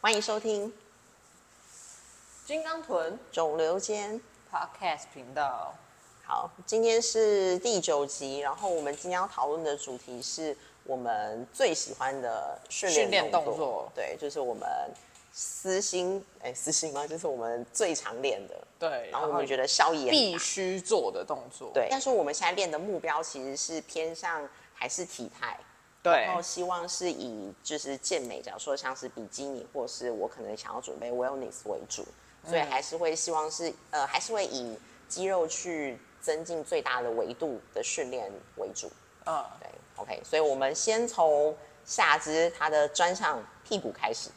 欢迎收听金刚臀肿瘤间。 Podcast 频道。好，今天是第九集，然后我们今天要讨论的主题是我们最喜欢的训练训练动动作对，就是我们私心，哎，私心吗？就是我们最常练的，对，然后我们觉得效益也很必大须做的动作。对。但是我们现在练的目标其实是偏向还是体态，对然后希望是以就是健美，假如说像是比基尼，或是我可能想要准备 wellness 为主，所以嗯还是会希望是呃，还是会以肌肉去增进最大的维度的训练为主。嗯，对，OK，所以我们先从下肢它的专项屁股开始。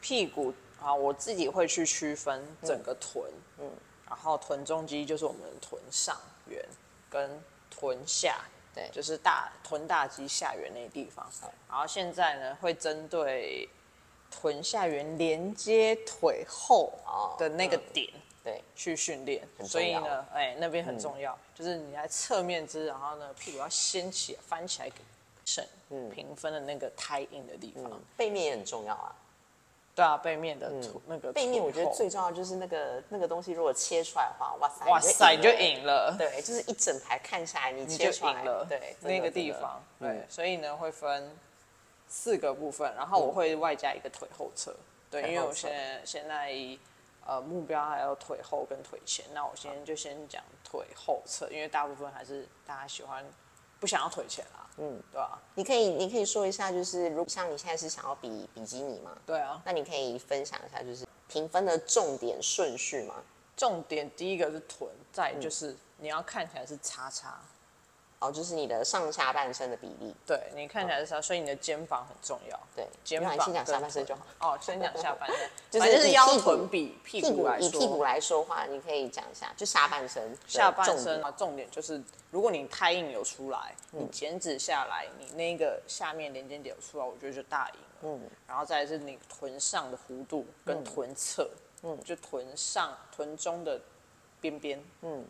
屁股啊，我自己会去区分整个臀，嗯，然后臀中肌就是我们臀上缘跟臀下，对就是大臀大肌下缘那地方。然后现在呢，会针对臀下缘连接腿后哦的那个点。对，去训练，重所以要嗯呢，哎、那边很重要，就是你在侧面之，然后呢，屁股要掀起来、翻起来给省平分的那个胎印的地方。嗯，背面也很重要啊。对啊，背面的图、那个背面我觉得臀后最重要就是那个那个东西，如果切出来的话，哇塞，哇塞，你就了赢了，对，就是一整排看下来，你你切就出赢来了，对，真的那个地真的方，嗯对，所以呢会分四个部分，然后我会外加一个腿后侧，对，腿因为后我侧现在现在呃目标还有腿后跟腿前，那我今天就先讲腿后侧，因为大部分还是大家喜欢不想要腿前啦，嗯，对啊，你可以，你可以说一下，就是如果像你现在是想要比比基尼嘛，对啊，那你可以分享一下，就是评分的重点顺序嘛？重点第一个是臀，再嗯就是你要看起来是叉叉，哦，就是你的上下半身的比例，对你看起来是叉，所以你的肩膀很重要，对，肩没有膀你先讲下半身就好。好。哦，先讲下半身， 就是反正以是腰屁股臀比屁屁股股来以说，屁股来说话，你可以讲一下，就下半身的下半重点嗯身啊，重点就是如果你胎印有出来，你减脂下来，你那个下面连接点有出来，我觉得就大赢了。嗯，然后再来是你臀上的弧度跟臀侧，嗯，就臀上臀中的边边，嗯。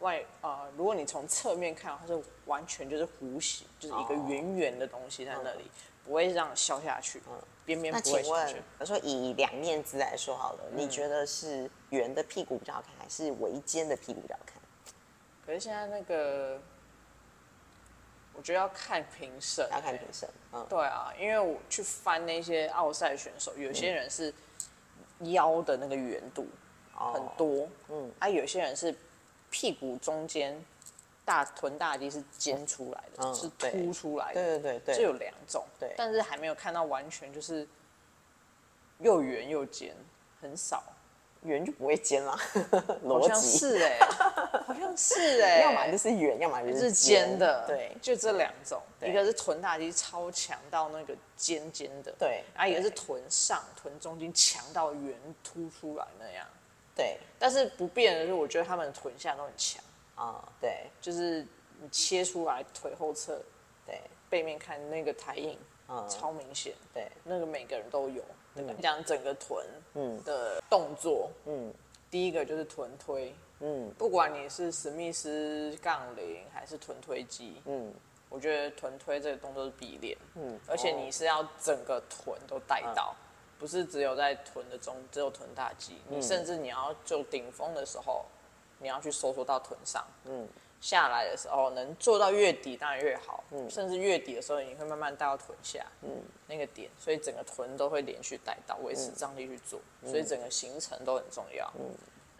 外啊、呃如果你从侧面看，它是完全就是弧形，就是一个哦嗯圆圆的东西在那里，不会让你消下去，边边那不请会消下问去。，我说以两面姿来说好了，你觉得是圆的屁股比较好看，还是围肩的屁股比较好看？可是现在那个，我觉得要看评审、欸要看评审，嗯，对啊，因为我去翻那些奥赛选手，有些人是腰的那个圆度哦很多，嗯，啊，有些人是屁股中间大臀大肌是尖出来的，嗯是对凸出来的，对对对就对，有两种，对但是还没有看到完全就是又圆又尖，很少，圆就不会尖 啦，好逻像辑。是 哎、好像是哎、要么就是圆，要么就是尖的，对就这两种，对一个是臀大肌超强到那个尖尖的，对然后一个啊是对臀上臀中间强到圆凸出来那样。对但是不变的是，我觉得他们的臀下都很强，啊、对就是你切出来腿后侧对背面看那个台印，嗯超明显，对，那个每个人都有。那个讲整个臀的动作，嗯，第一个就是臀推，嗯，不管你是史密斯杠铃还是臀推肌，嗯，我觉得臀推这个动作是必练，嗯，哦而且你是要整个臀都带到。不是只有在臀的中，只有臀大肌，你甚至你要就顶峰的时候，你要去收缩到臀上，嗯，下来的时候能做到月底当然越好，嗯，甚至月底的时候你会慢慢带到臀下，嗯，那个点，所以整个臀都会连续带到，维持张力去做，所以整个行程都很重要。嗯，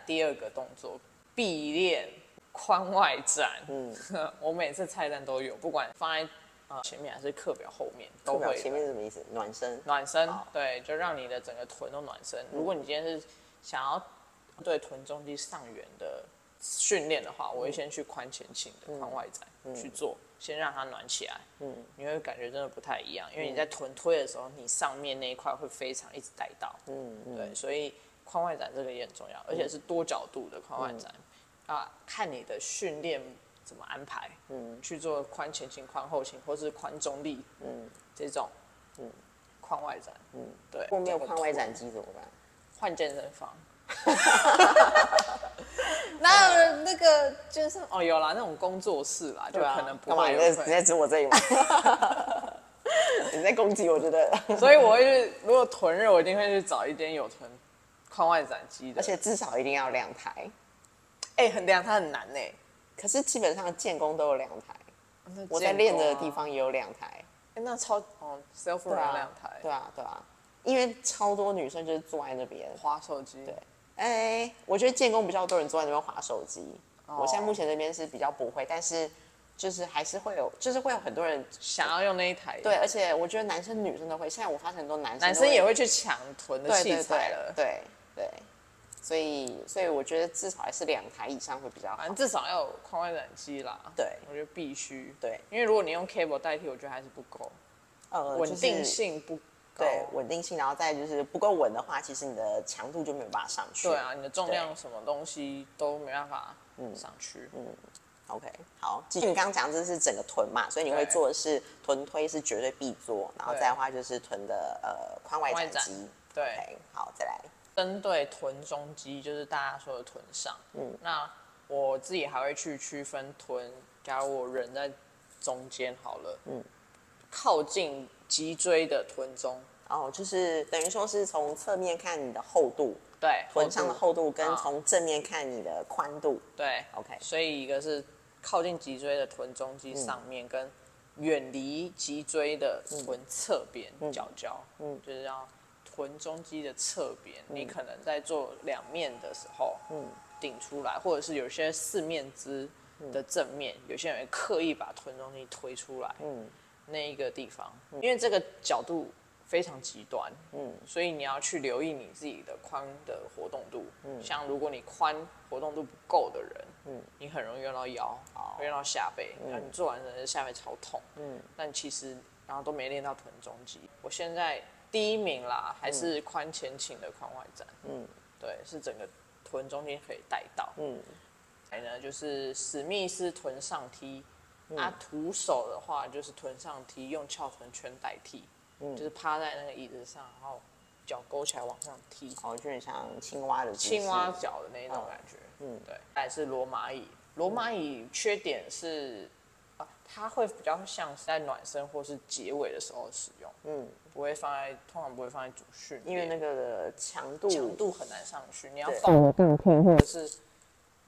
第二个动作必练髋外展，嗯， 我每次菜单都有，不管放在呃前面还是课表后面都代表会有。前面是什么意思？暖身暖身好，对，就让你的整个臀都暖身。如果你今天是想要对臀中肌上缘的训练的话，我会先去髋前倾的髋外展、去做，先让它暖起来。嗯，你会感觉真的不太一样，因为你在臀推的时候，你上面那一块会非常一直带到。嗯，对，所以髋外展这个也很重要，而且是多角度的髋外展。啊，看你的训练怎么安排，嗯，去做髋前倾、髋后倾，或是髋中立，嗯，这种，嗯，髋外展，嗯，对，后面有髋外展肌怎么办？换健身 房。那那个健身哦，有啦，那种工作室啦，就对啊可能不干嘛？你会有在 会你在指我这里吗？ 你在攻击我，觉得，所以我会去，如果囤日，我一定会去找一间有囤髋外展肌的，而且至少一定要两台。哎、很凉，它很难呢、可是基本上建工都有两台，那我在见练过的啊地，方也有两台。哎、那超哦，self run 对啊两台，对啊，对啊，因为超多女生就是坐在那边。滑手机，对，哎、我觉得建工比较多人坐在那边划手机。哦我现在目前这边是比较不会，但是就是还是会有，就是会有很多人想要用那一台，对，，啊而且我觉得男生女生都会。现在我发现很多男生男都生也会去抢囤的对器对材对了，对对，所以所以我觉得至少还是两台以上会比较好反。正至少要有髋外展机啦，对我觉得必须，对，因为如果你用 cable 代替，我觉得还是不够，呃稳就定。是性哦不高，对稳定性，然后再就是不够稳的话，其实你的强度就没有办法上去。对啊，你的重量什么东西都没办法嗯上去， OK，好，继续你刚刚讲这是整个臀嘛，所以你会对做的是臀推是绝对必做，然后对再的话就是臀的呃髋外外展展肌。对。 OK，好，再来。针对臀中肌，就是大家说的臀上。嗯，那我自己还会去区分臀，假如我人在中间好了，嗯，靠近脊椎的臀中，然后就是等于说是从侧面看你的厚度，对，臀上的厚度啊跟从正面看你的宽度。对 OK 所以一个是靠近脊椎的臀中肌上面，跟远离脊椎的臀侧边角角，嗯，就是要臀中肌的侧边，你可能在做两面的时候，嗯，顶出来，或者是有些四面姿的正面，有些人会刻意把臀中肌推出来，嗯，那一个地方，因为这个角度。非常极端，嗯，所以你要去留意你自己的髋的活动度，嗯，像如果你髋活动度不够的人，嗯，你很容易用到腰，会用到下背，然后你做完真的是下背超痛，嗯，但其实然后都没练到臀中肌，我现在第一名啦，还是髋前倾的髋外展，嗯，对，是整个臀中间可以带到，嗯，还呢就是史密斯臀上踢，嗯啊，徒手的话就是臀上踢，用翘臀圈代替，嗯就是趴在那个椅子上，然后脚勾起来往上踢，哦，就很像青蛙的姿势青蛙脚的那一种感觉。嗯，对。还是罗马椅，罗马椅缺点是，啊，它会比较像是在暖身或是结尾的时候使用。嗯，不会放在，通常不会放在主训练，因为那个的强度强度很难上去，你要对放的更平，或者是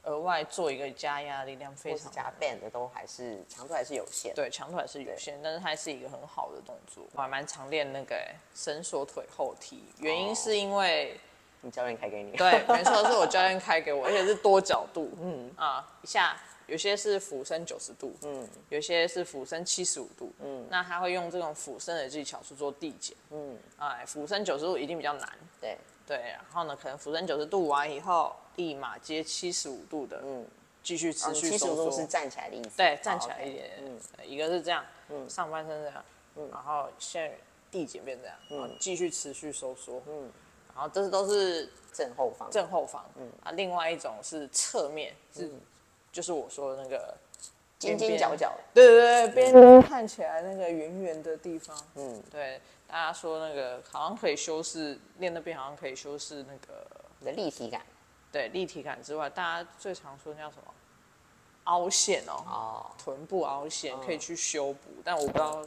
额外做一个加压力量，非或是常加 band 的都还是强度还是有限。对，强度还是有限，但是它是一个很好的动作。我还蛮常练那个欸伸缩腿后踢，原因是因为你教练开给你。对，没错，是我教练开给我，而且是多角度。嗯啊，一下有些是俯身九十度，嗯，有些是俯身七十五度，嗯，那他会用这种俯身的技巧去做递减，嗯，哎，俯身九十度一定比较难， 对对，然后呢，可能俯身九十度完以后，立马接七十五度的，嗯，继续持续七十收度缩，是站起来的意思。对，站起来哦，OK 一点，嗯，一个是这样，嗯，上半身这样，嗯，然后现在递减变这样，然后继续持续收缩，嗯，然后这都是正后方。正后方，啊，另外一种是侧面，是就是我说的那个尖边尖边角角。对对对，边看起来那个圆圆的地方，嗯，对，大家说那个好像可以修饰练那边，好像可以修饰那个你的立体感。对立体感之外，大家最常说那叫什么凹陷哦，哦，嗯臀部凹陷可以去修补，但我不知道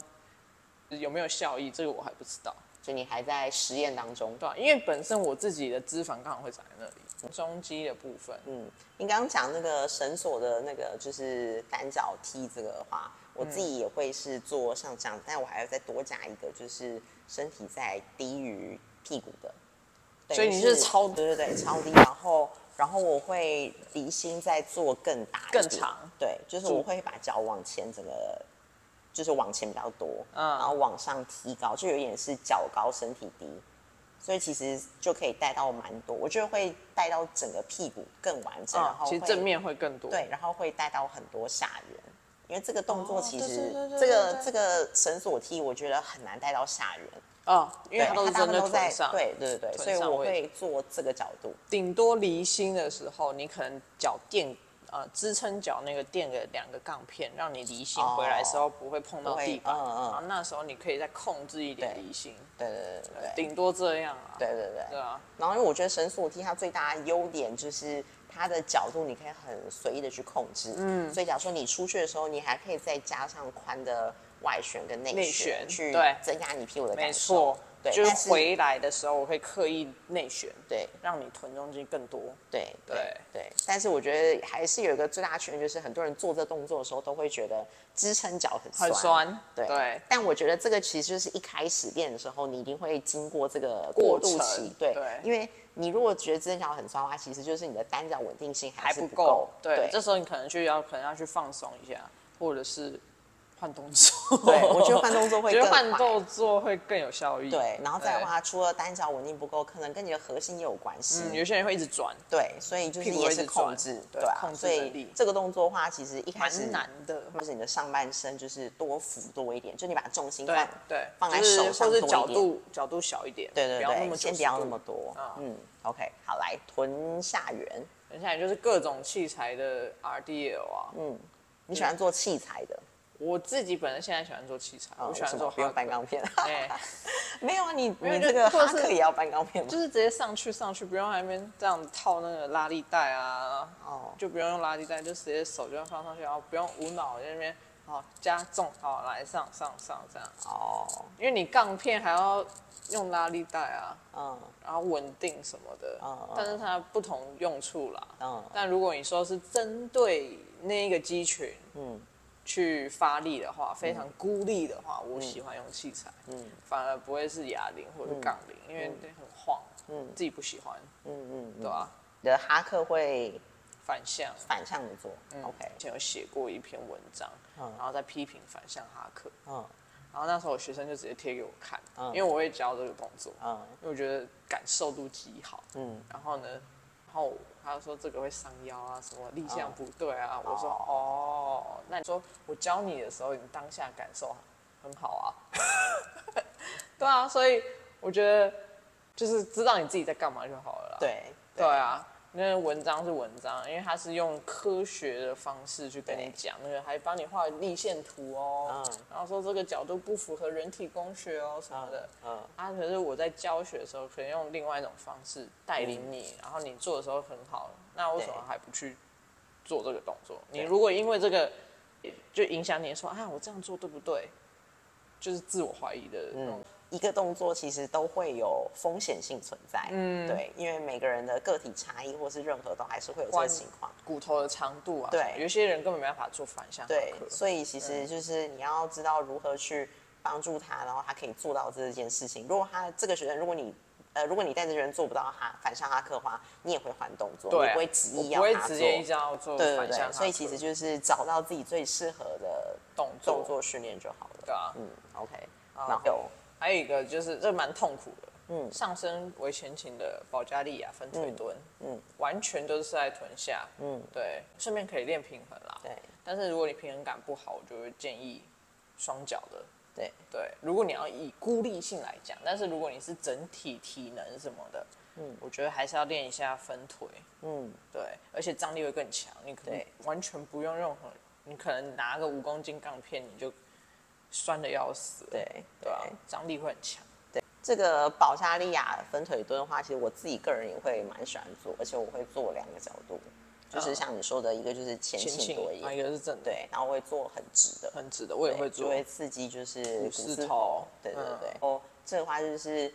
有没有效益，这个我还不知道。就你还在实验当中。对啊、因为本身我自己的脂肪刚好会长在那里，中肌的部分，嗯，你刚刚讲那个绳索的那个就是单脚踢这个的话，我嗯自己也会是做像这样，但我还要再多加一个，就是身体在低于屁股的。等于所以你是超对对对超低，然后然后我会离心再做更大一点更长，对，就是我会把脚往前整个。就是往前比较多，嗯，然后往上提高，就有点是脚高身体低，所以其实就可以带到蛮多，我觉得会带到整个屁股更完整，然啊，后其实会正面会更多，对，然后会带到很多下缘，因为这个动作哦其对实、对对对这个对这个绳索踢，我觉得很难带到下缘，哦，因为对它都是它大针部分都对臀在上，，对对对对，臀所以上我位会做这个角度，顶多离心的时候，你可能脚垫呃支撑脚那个垫个两个杠片，让你离心回来的时候不会碰到地板，哦不会嗯嗯然后那时候你可以再控制一点对离心，对对对对对顶多这样啊，对对对对啊，然后因为我觉得绳索踢它最大的优点就是它的角度你可以很随意的去控制，嗯，所以假如说你出去的时候，你还可以再加上宽的外旋跟内内旋旋去对增加你屁股的没感受错，，对，就是但是回来的时候我会刻意内旋，对让你臀中肌更多。对对对对，但是我觉得还是有一个最大的缺点，就是很多人做这动作的时候都会觉得支撑脚很酸。很酸对。对但我觉得这个其实就是一开始练的时候，你一定会经过这个过过渡程期。对，对因为你如果觉得支撑脚很酸的话，其实就是你的单脚稳定性还是不不够，对对，，这时候你可能就要可能要去放松一下，或者是换动作。对我觉得换动作 会觉得更换快动作会更有效益。对，然后再的对，话，除了单脚稳定不够，可能跟你的核心也有关系。嗯，有些人会一直转，对，所以就是屁股也会一是直控转制，对啊，控制所能以力这个动作的话，其实一开始蛮难的。就是你的上半身就是多扶多一点，就你把重心对放对，放在就是手上或是多一角点度角度小一点，对对不要那么对，先不要那么90度。多。嗯，嗯，OK，好，来臀下缘，等一下也就是各种器材的 RDL 啊，嗯你喜欢做器材的？我自己本身现在喜欢做器材，啊我为喜欢什做么不用 hard，搬钢片。 哎，没有啊，你有你就这个或者哈克是也要搬钢片吗？就是直接上去上去，不用在那边这样套那个拉力带啊，哦就不用用拉力带，就直接手就要放上去，然后不用无脑在那边，好加重，好来上上上这样，哦，因为你杠片还要用拉力带啊，嗯然后稳定什么的，嗯嗯但是它不同用处啦。嗯但如果你说是针对那一个肌群，嗯，去发力的话，非常孤立的话，我喜欢用器材，嗯，反而不会是哑铃或者是杠铃，因为很晃，嗯，自己不喜欢，嗯嗯，对吧、你的哈克会反向，反向的做。OK，以前有写过一篇文章，然后在批评反向哈克，嗯然后那时候我学生就直接贴给我看，因为我会教这个动作，嗯因为我觉得感受度极好，嗯，然后呢，然后他就说这个会伤腰啊，什么力量不对啊，我说哦，那你说我教你的时候，你当下感受 很好啊，对啊，所以我觉得就是知道你自己在干嘛就好了啦，对对啊，那文章是文章，因为它是用科学的方式去跟你讲，那个还帮你画立线图哦，嗯然后说这个角度不符合人体工学哦什么的。嗯啊，可是我在教学的时候，可能用另外一种方式带领你，然后你做的时候很好，那为什么嗯对还不去做这个动作？你如果因为这个就影响你说啊，我这样做对不对？就是自我怀疑的那种。一个动作其实都会有风险性存在，嗯，对，因为每个人的个体差异或是任何都还是会有这个关情况，骨头的长度啊，对有些人根本没办法做反向对哈，克所以其实就是你要知道如何去帮助他，然后他可以做到这件事情。如果他这个学生，如果你呃，如果你带着学生做不到他反向哈克的话，你也会换动作，对你啊，不会执我意要不会他直做，接一直要做对对反向对，哈所以其克实就是找到自己最适合的动作动作训练就好了。对啊，嗯，OK，然后还有一个就是这蛮痛苦的，嗯，上身为前倾的保加利亚分腿蹲，嗯，完全都是在臀下，嗯，对，顺便可以练平衡啦，对但是如果你平衡感不好，我就会建议双脚的。对对，如果你要以孤立性来讲，但是如果你是整体体能什么的，嗯，我觉得还是要练一下分腿，嗯，对，而且张力会更强，你可能对完全不用任何，你可能拿个五公斤杠片你就酸的要死了，对对啊对，张力会很强，这个保加利亚分腿蹲的话，其实我自己个人也会蛮喜欢做，而且我会做两个角度，就是像你说的一个就是前啊前倾倾多一啊，点，一个是正的，对，然后我会做很直的，很直的，我也会就做，会刺激就是股四头对对嗯对。哦，这个话就是，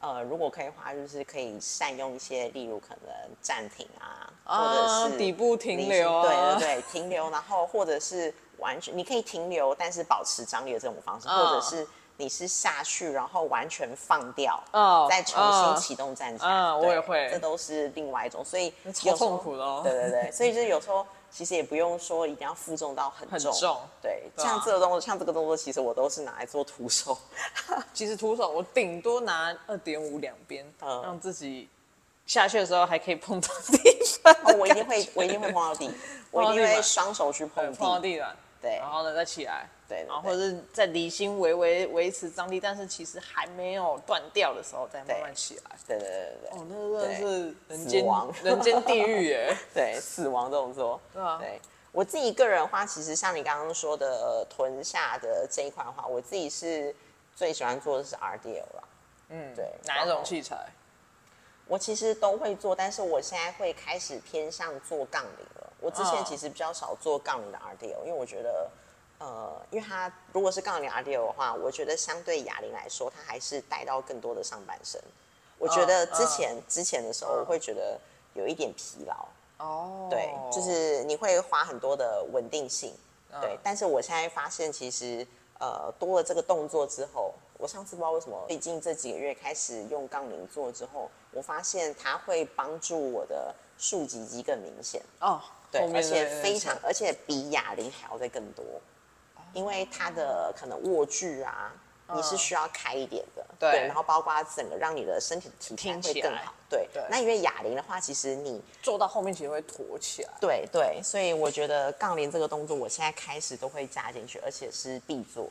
呃，如果可以的话，就是可以善用一些，例如可能暂停啊，啊或者是底部停留啊对 对对，停留，然后或者是完全你可以停留，但是保持张力的这种方式，或者嗯是你是下去然后完全放掉，哦再重新嗯启动站起来，嗯对我也会这都是另外一种，所以超有时候痛苦的哦对对对，所以就是有时候。其实也不用说一定要负重到很很重，重对，对啊像这个动作，像这个动作，其实我都是拿来做徒 手。其实徒手我顶多拿二点五两边，嗯让自己下去的时候还可以碰到地板的感觉，哦，我一定会，我一定会碰到 地，我一定会双手去碰碰到地。地板，对然后呢再起来，对对然后对或者是在离心维维维持张力，但是其实还没有断掉的时候再慢慢起来。对对对对对哦，那真的是人死间亡 人间地狱耶！对，死亡动作。嗯对啊对我自己个人的话，其实像你刚刚说的、呃臀下的这一块的话，我自己是最喜欢做的是 RDL 啦。嗯，对，哪一种？器材？我其实都会做，但是我现在会开始偏向做杠铃了。我之前嗯其实比较少做杠铃的 RDL，因为我觉得呃，因为它如果是杠铃 RDL 的话，我觉得相对哑铃来说，它还是带到更多的上半身。我觉得之前、之前的时候，我会觉得有一点疲劳， 哦，对，就是你会花很多的稳定性，对嗯。但是我现在发现，其实呃多了这个动作之后，我上次不知道为什么，最近这几个月开始用杠铃做之后，我发现它会帮助我的竖脊肌更明显。哦，对后，面而且的非常，而且比哑铃还要再更多，因为它的可能握距啊，你是需要开一点的，对然后包括整个让你的身体的体态挺会起更来好，对对。那因为哑铃的话，其实你做到后面其实会驼起来，对对，所以我觉得杠铃这个动作，我现在开始都会加进去，而且是必做，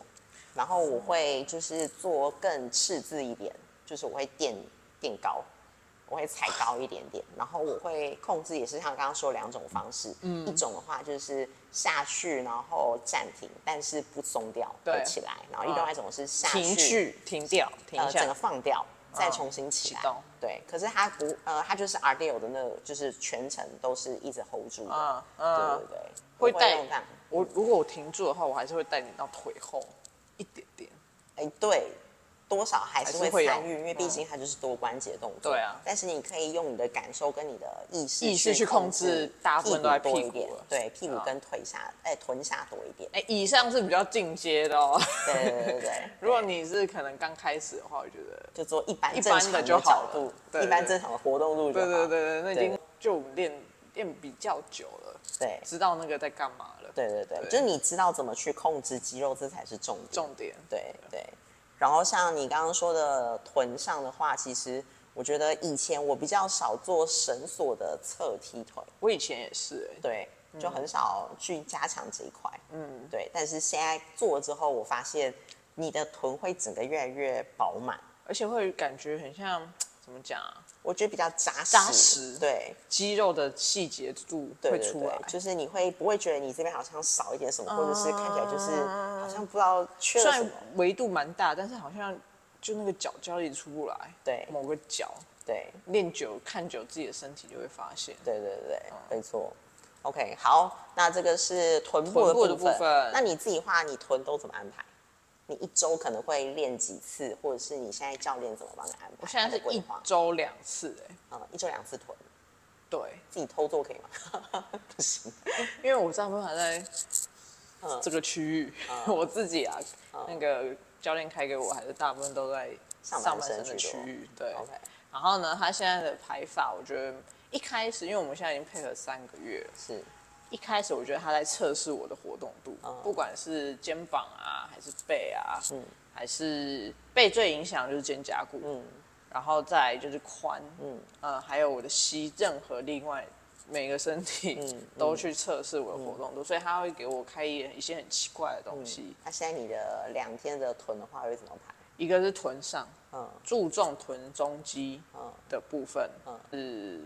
然后我会就是做更赤字一点，就是我会垫垫高。我会踩高一点点，然后我会控制，也是像刚刚说两种方式，一种的话就是下去然后暂停，但是不松掉，对会起来，然后另外一种是下去，停去停掉停呃，下哦整个，放掉，再重新启起来，动对。可是它不，呃，它就是 R D O 的那个，就是全程都是一直 hold 住的，嗯对嗯，对对，会不带用这样我如果我停住的话，我还是会带你到腿后一点点，哎，对，多少还是还会是会有嗯参与，因为毕竟它就是多关节动作。对啊但是你可以用你的感受跟你的意识意识去控制大部分都在多屁一股点了，对，屁股啊跟腿下，哎，臀下多一点。哎，以上是比较进阶的哦。对对对对对。 如果你是可能刚开始的话，我觉得，就做一般一正般常的就好角了度，对一般对正常的活动度就对好。对对对，那已经对就我们练练比较久了，对知道那个在干嘛了。，对对对，对就是你知道怎么去控制肌肉，这才是重点。重点对对。然后像你刚刚说的臀上的话，其实我觉得以前我比较少做绳索的侧踢腿，我以前也是、哎对，就很少去加强这一块。嗯，对。但是现在做了之后，我发现你的臀会整个越来越饱满，而且会感觉很像怎么讲啊，我觉得比较扎实。扎实对。肌肉的细节度对会对出对来，就是你会不会觉得你这边好像少一点什么，或者是看起来就是好像不知道缺啊了虽什然么？维度蛮大，但是好像就那个角角力出不来，对某个角。对，练久看久自己的身体就会发现，对对对，嗯没错。OK，好，那这个是臀部的臀部部分。的部分那你自己画，你臀都怎么安排？你一周可能会练几次，或者是你现在教练怎么帮你安排？我现在你的是规一划，周两次、哎，嗯，一周两次臀，对，自己偷做可以吗？ 不行，因为我丈夫还在嗯这个区域，我自己啊，那个教练开给我还是大部分都在上上半半身身的居区多域，对。 OK 然后呢，他现在的排法，我觉得一开始，因为我们现在已经配合三个月了，是一开始我觉得他在测试我的活动度，不管是肩膀啊，还是背啊，还是背最影响就是肩胛骨，然后再来就是髋，嗯，呃，还有我的膝，任何另外每个身体都去测试我的活动度，所以他会给我开一一些很奇怪的东西，那现在你的两天的臀的话会怎么排？一个是臀上，嗯注重臀中肌嗯的部分，是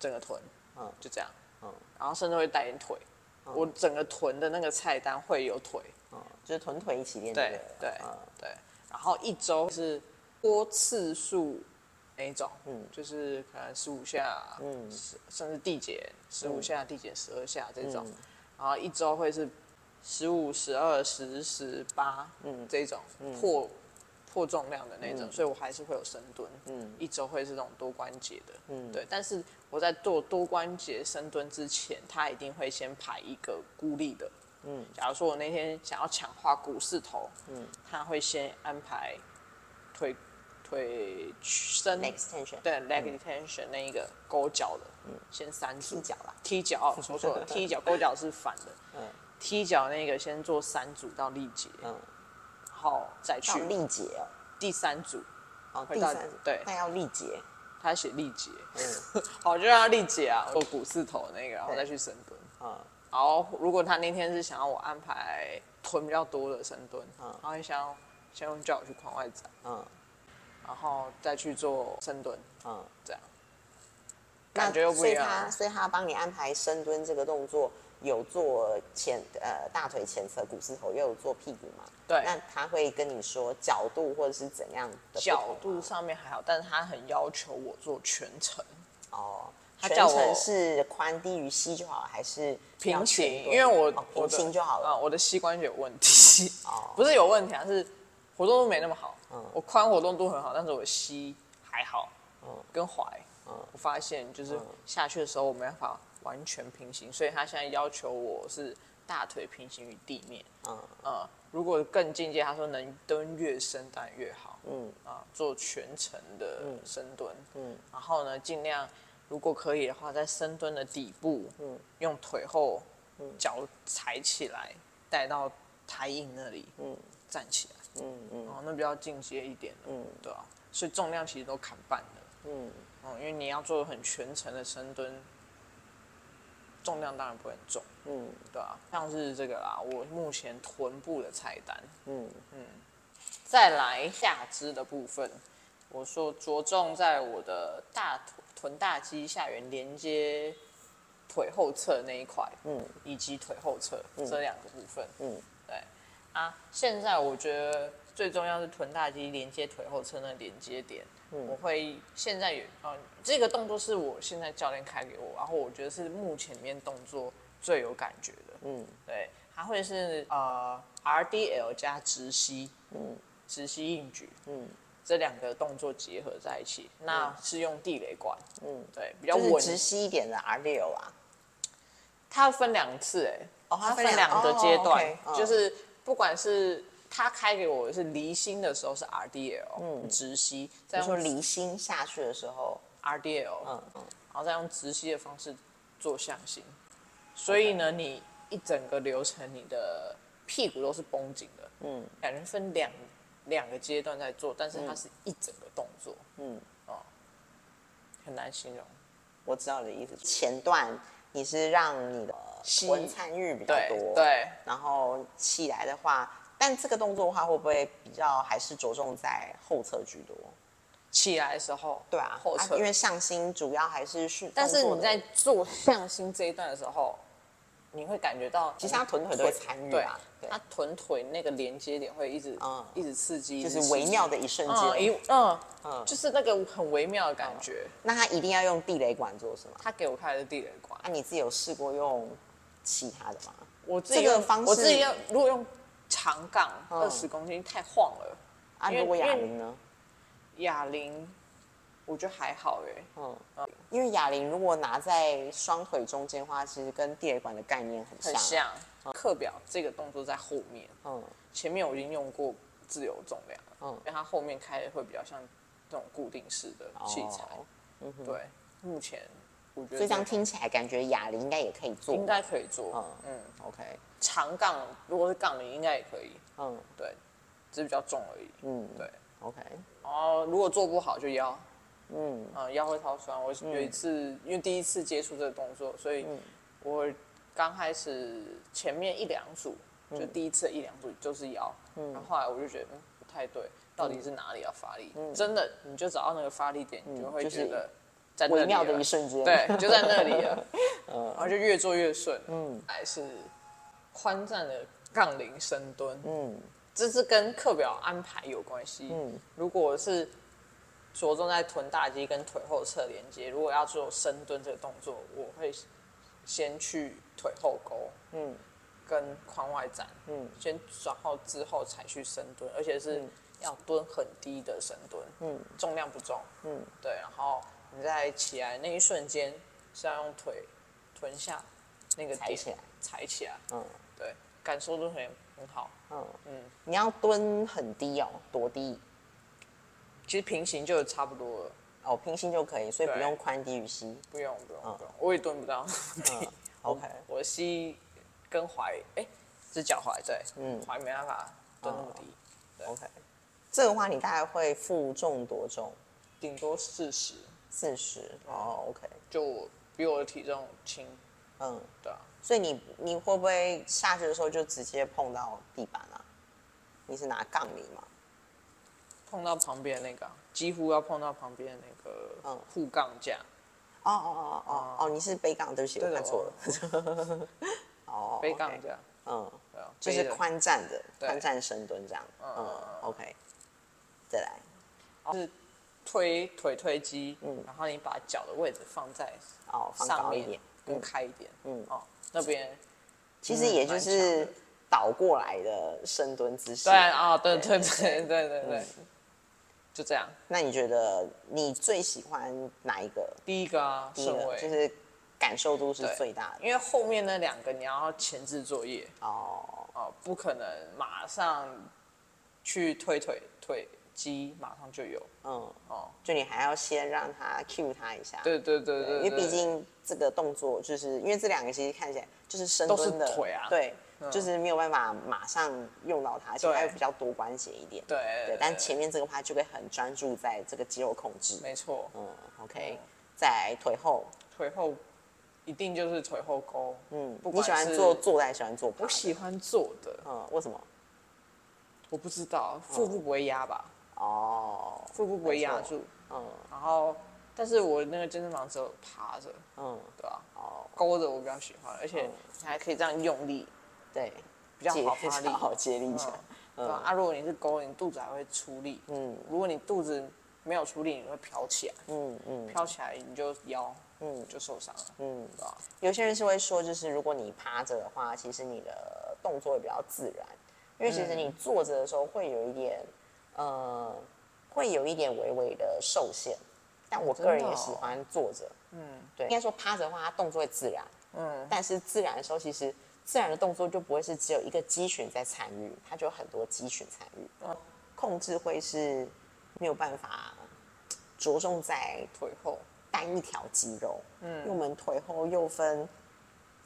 整个臀，嗯就这样，嗯然后甚至会带点腿。我整个臀的那个菜单会有腿，嗯，就是臀腿一起练就对了对嗯对，然后一周是多次数哪一种？嗯就是可能十五下，嗯，甚至递减十五嗯下、递减十二下这种，然后一周会是十五、十二、十、十八，嗯，这种破破重量的那种，所以我还是会有深蹲，嗯，一周会是这种多关节的，嗯，对，但是我在做多关节深蹲之前，他一定会先排一个孤立的，嗯，假如说我那天想要强化股四头，嗯，他会先安排腿腿伸 Leg extension 对 leg extension 那一个勾脚的，嗯，先三组踢脚啦，踢 脚哦，说错了，踢脚勾脚是反的，嗯踢脚那个先做三组到力竭，嗯，然后到再去力竭哦，第三组，哦，会第到三组对那要力竭，他写力竭，嗯 好就让他力竭啊，做股四头那个，然后再去深蹲。嗯然后如果他那天是想要我安排臀比较多的深蹲，嗯然后想要先用叫我去框外展，嗯然后再去做深蹲，嗯。这样那感觉又不所一样以他啊。所以他帮你安排深蹲这个动作，有做前呃大腿前侧股四头，又有做屁股嘛？对那他会跟你说角度或者是怎样的不同角吗度上面还好，但是他很要求我做全程，哦，他全叫我程是宽低于膝就好了，还是要平行全，蹲因为我、哦我平的行就好啊、了。我的膝关节有问题，哦 嗯不是有问题啊，是活动度没那么好。我髋活动度很好，但是我膝还好，嗯跟踝，我发现就是下去的时候我没办法完全平行，所以他现在要求我是大腿平行于地面。嗯嗯如果更进阶，他说能蹲越深当然越好。嗯啊，做全程的深蹲。嗯，然后呢，尽量如果可以的话，在深蹲的底部，嗯，用腿后脚踩起来，带到台印那里，嗯，站起来。嗯嗯哦，那比较进阶一点的，嗯，对啊，所以重量其实都砍半的，嗯，哦，因为你要做很全程的深蹲，重量当然不会很重，嗯对啊，像是这个啦，我目前臀部的菜单，嗯再来下肢的部分，我说着重在我的大臀臀大肌下缘连接腿后侧那一块，嗯，以及腿后侧、这两个部分，嗯，对啊，现在我觉得最重要是臀大肌连接腿后侧那连接点，我会现在有呃这个动作是我现在教练开给我，然后我觉得是目前里面动作最有感觉的，嗯，对，它会是呃 RDL 加直膝，直膝硬举，嗯，这两个动作结合在一起，那是用地雷管，嗯，对，比较就是稳。直膝一点的 R 六啊。它分两次、哎，哦，它分分两个阶段，哦，OK，嗯就是不管是他开给我是离心的时候是 RDL，嗯，直膝，再你说用离心下去的时候， RDL，嗯嗯然后再用直膝的方式做向心，所以呢，你一整个流程你的屁股都是绷紧的，嗯，感觉分两两个阶段在做，但是嗯它是一整个动作，嗯，哦，很难形容，我知道你的意思。前段你是让你的膝臀参与比较对多，对，然后起来的话，但这个动作的话，会不会比较还是着重在后侧居多？起来的时候，对啊，后啊侧，因为上心主要还是训，但是动作的你在做向心这一段的时候，你会感觉到，其实他臀腿都会参与对吧，对他臀腿那个连接点会一直嗯一直刺激，就是微妙的一瞬间。嗯，一嗯嗯，就是那个很微妙的感觉。那他一定要用地雷管做是吗？他给我开的是地雷管，啊，你自己有试过用其他的吗？我自己这个用方式嗯我自己要如果用长杠二十公斤太晃了，啊，因为如果哑铃呢？哑铃我觉得还好哎、嗯，因为哑铃如果拿在双腿中间的话，其实跟地雷管的概念很像。很像啊课表这个动作在后面，嗯前面我已经用过自由重量了，嗯因为它后面开的会比较像这种固定式的器材，哦对，目前我觉所得以这样听起来感觉哑铃应该也可以做。应该可以做，嗯嗯， OK，长杠如果是杠铃应该也可以，嗯对，只是比较重而已。嗯，对。 OK，哦，如果做不好就腰，嗯，啊、腰会超酸。我嗯有一次、因为第一次接触这个动作，所以我刚开始前面一两组，嗯就第一次一两组就是腰，嗯，然后后来我就觉得嗯不太对，到底是哪里要发力？真的，你就找到那个发力点，你就嗯会就是觉得在那里微妙的了一瞬间。对，就在那里 了，然后就越做越顺，嗯，还是宽站的杠铃深蹲，嗯，这是跟课表安排有关系，嗯，如果是着重在臀大肌跟腿后侧连接，如果要做深蹲这个动作，我会先去腿后勾，嗯，跟髋外展，嗯，先转后之后才去深蹲，而且是要蹲很低的深蹲，嗯，重量不重，嗯，对，然后你在起来那一瞬间是要用腿臀下那个踩点起来，踩起来，嗯对，感受都很很好。嗯嗯，你要蹲很低哦，多低其实平行就差不多了，哦，平行就可以，所以不对用宽低于膝。嗯不用不用不用，我也蹲不到。 OK，我的膝跟踝，哎、是脚踝对，嗯，踝没办法蹲那么低， OK，这个话你大概会负重多重？顶多四十，四十哦，OK，就我比我的体重轻，嗯，对啊，所以你你会不会下去的时候就直接碰到地板啊？你是拿杠铃吗？碰到旁边那个啊几乎要碰到旁边那个嗯护杠架，哦哦哦哦哦，你是背杠，对不起，我对的看错了。哦，背 OK 杠，架， 嗯，对啊，就是背着宽站的对宽站深蹲这样。嗯，OK，再来，是推腿推肌，嗯，然后你把脚的位置放在哦，放上高一面点，更开一点，嗯，哦，那边其实也就嗯蛮是强的倒过来的深蹲姿势。对啊，哦对对对对对对，嗯就这样。那你觉得你最喜欢哪一个？第一个啊，第一顺个位，就是感受度是对最大的因为后面那两个你要前置作业哦，哦、不可能马上去推腿腿肌，马上就有嗯，哦。就你还要先让他 cue 他一下，对对对对因对，为毕竟这个动作就是因为这两个其实看起来就是深蹲的都是腿啊对，就是没有办法马上用到它，而且对它又比较多关节一点，对对，但前面这个趴就会很专注在这个肌肉控制，没错，嗯，OK，在腿后，腿后一定就是腿后勾。嗯，不你管喜欢是做坐的还是喜欢做趴我的？喜欢做的，嗯，为什么？我不知道腹部不会压吧，哦，腹部不会压嗯没错住，嗯然后但是我那个健身房只有趴着，嗯，对吧、哦，勾着我比较喜欢，而嗯且你还可以这样用力，对，比较接好发 力。好接力起来，对吧啊，如果你是勾，你肚子还会出力。嗯，如果你肚子没有出力，你会飘起来。嗯嗯，飘起来你就腰，嗯，就受伤了。嗯，对吧？有些人是会说，就是如果你趴着的话，其实你的动作会比较自然，因为其实你坐着的时候会有一点，呃，会有一点微微的受限。但我个人真的也哦喜欢坐着，嗯，对，应该说趴着的话，它动作会自然，嗯，但是自然的时候，其实自然的动作就不会是只有一个肌群在参与，它就有很多肌群参与，控制会是没有办法着重在腿后，单一条肌肉，嗯，因为我们腿后又分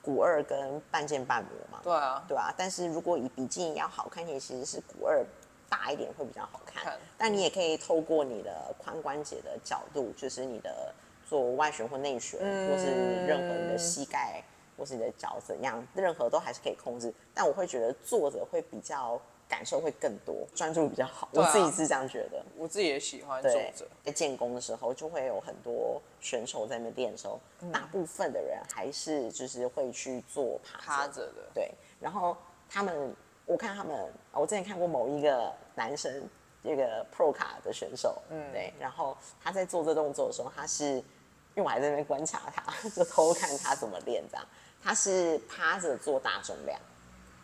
股二跟半腱瓣膜嘛，对啊，对啊。但是如果以比基尼要好看，你其实是股二大一点会比较好看，看但你也可以透过你的髋关节的角度，就是你的做外旋或内旋，嗯或是任何你的膝盖或是你的脚怎样，任何都还是可以控制。但我会觉得坐着会比较感受会更多，专注力比较好，我对啊自己是这样觉得。我自己也喜欢坐对着。，在建功的时候，就会有很多选手在那边练的时候，嗯大部分的人还是就是会去做趴趴着，着的，对。然后他们，我看他们，啊我之前看过某一个男生，那个 Pro 卡的选手，嗯，对。然后他在做这动作的时候，他是因为我还在那边观察他， 就偷看他怎么练这样。他是趴着做大重量，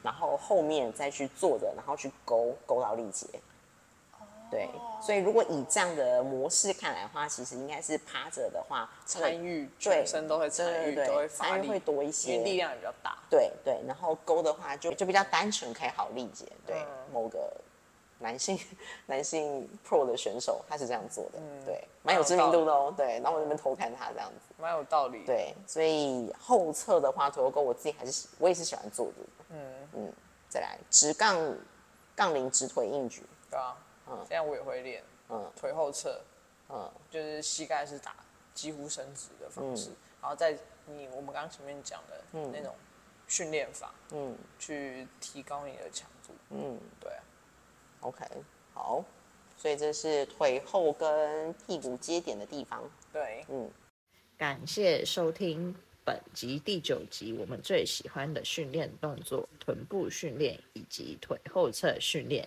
然后后面再去坐着，然后去勾勾到力竭。对，所以哦如果以这样的模式看来的话，其实应该是趴着的话，参与对全身都会参对与，对都对，会发参与力，会多一因为力些。量也比较大。对对，然后勾的话就就比较单纯，可以好理解。对，嗯某个男性 男性 pro 的选手，他是这样做的，嗯对，蛮有知名度的哦。对，然后我那边偷看他这样子。蛮有道理。，对，所以后侧的话，左右勾我自己还是喜我也是喜欢做的。嗯嗯，再来直杠杠铃直腿硬举，对啊，这样我也会练。嗯腿后侧，嗯就是膝盖是打几乎伸直的方嗯式，然后在你我们刚刚前面讲的那种训练法，嗯去提高你的强度。嗯，对啊， ，OK，好，所以这是腿后跟屁股接点的地方。对，感谢收听本集第九集，我们最喜欢的训练动作——臀部训练以及腿后侧训练。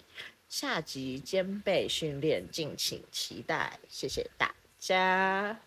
下集肩背训练，敬请期待。谢谢大家。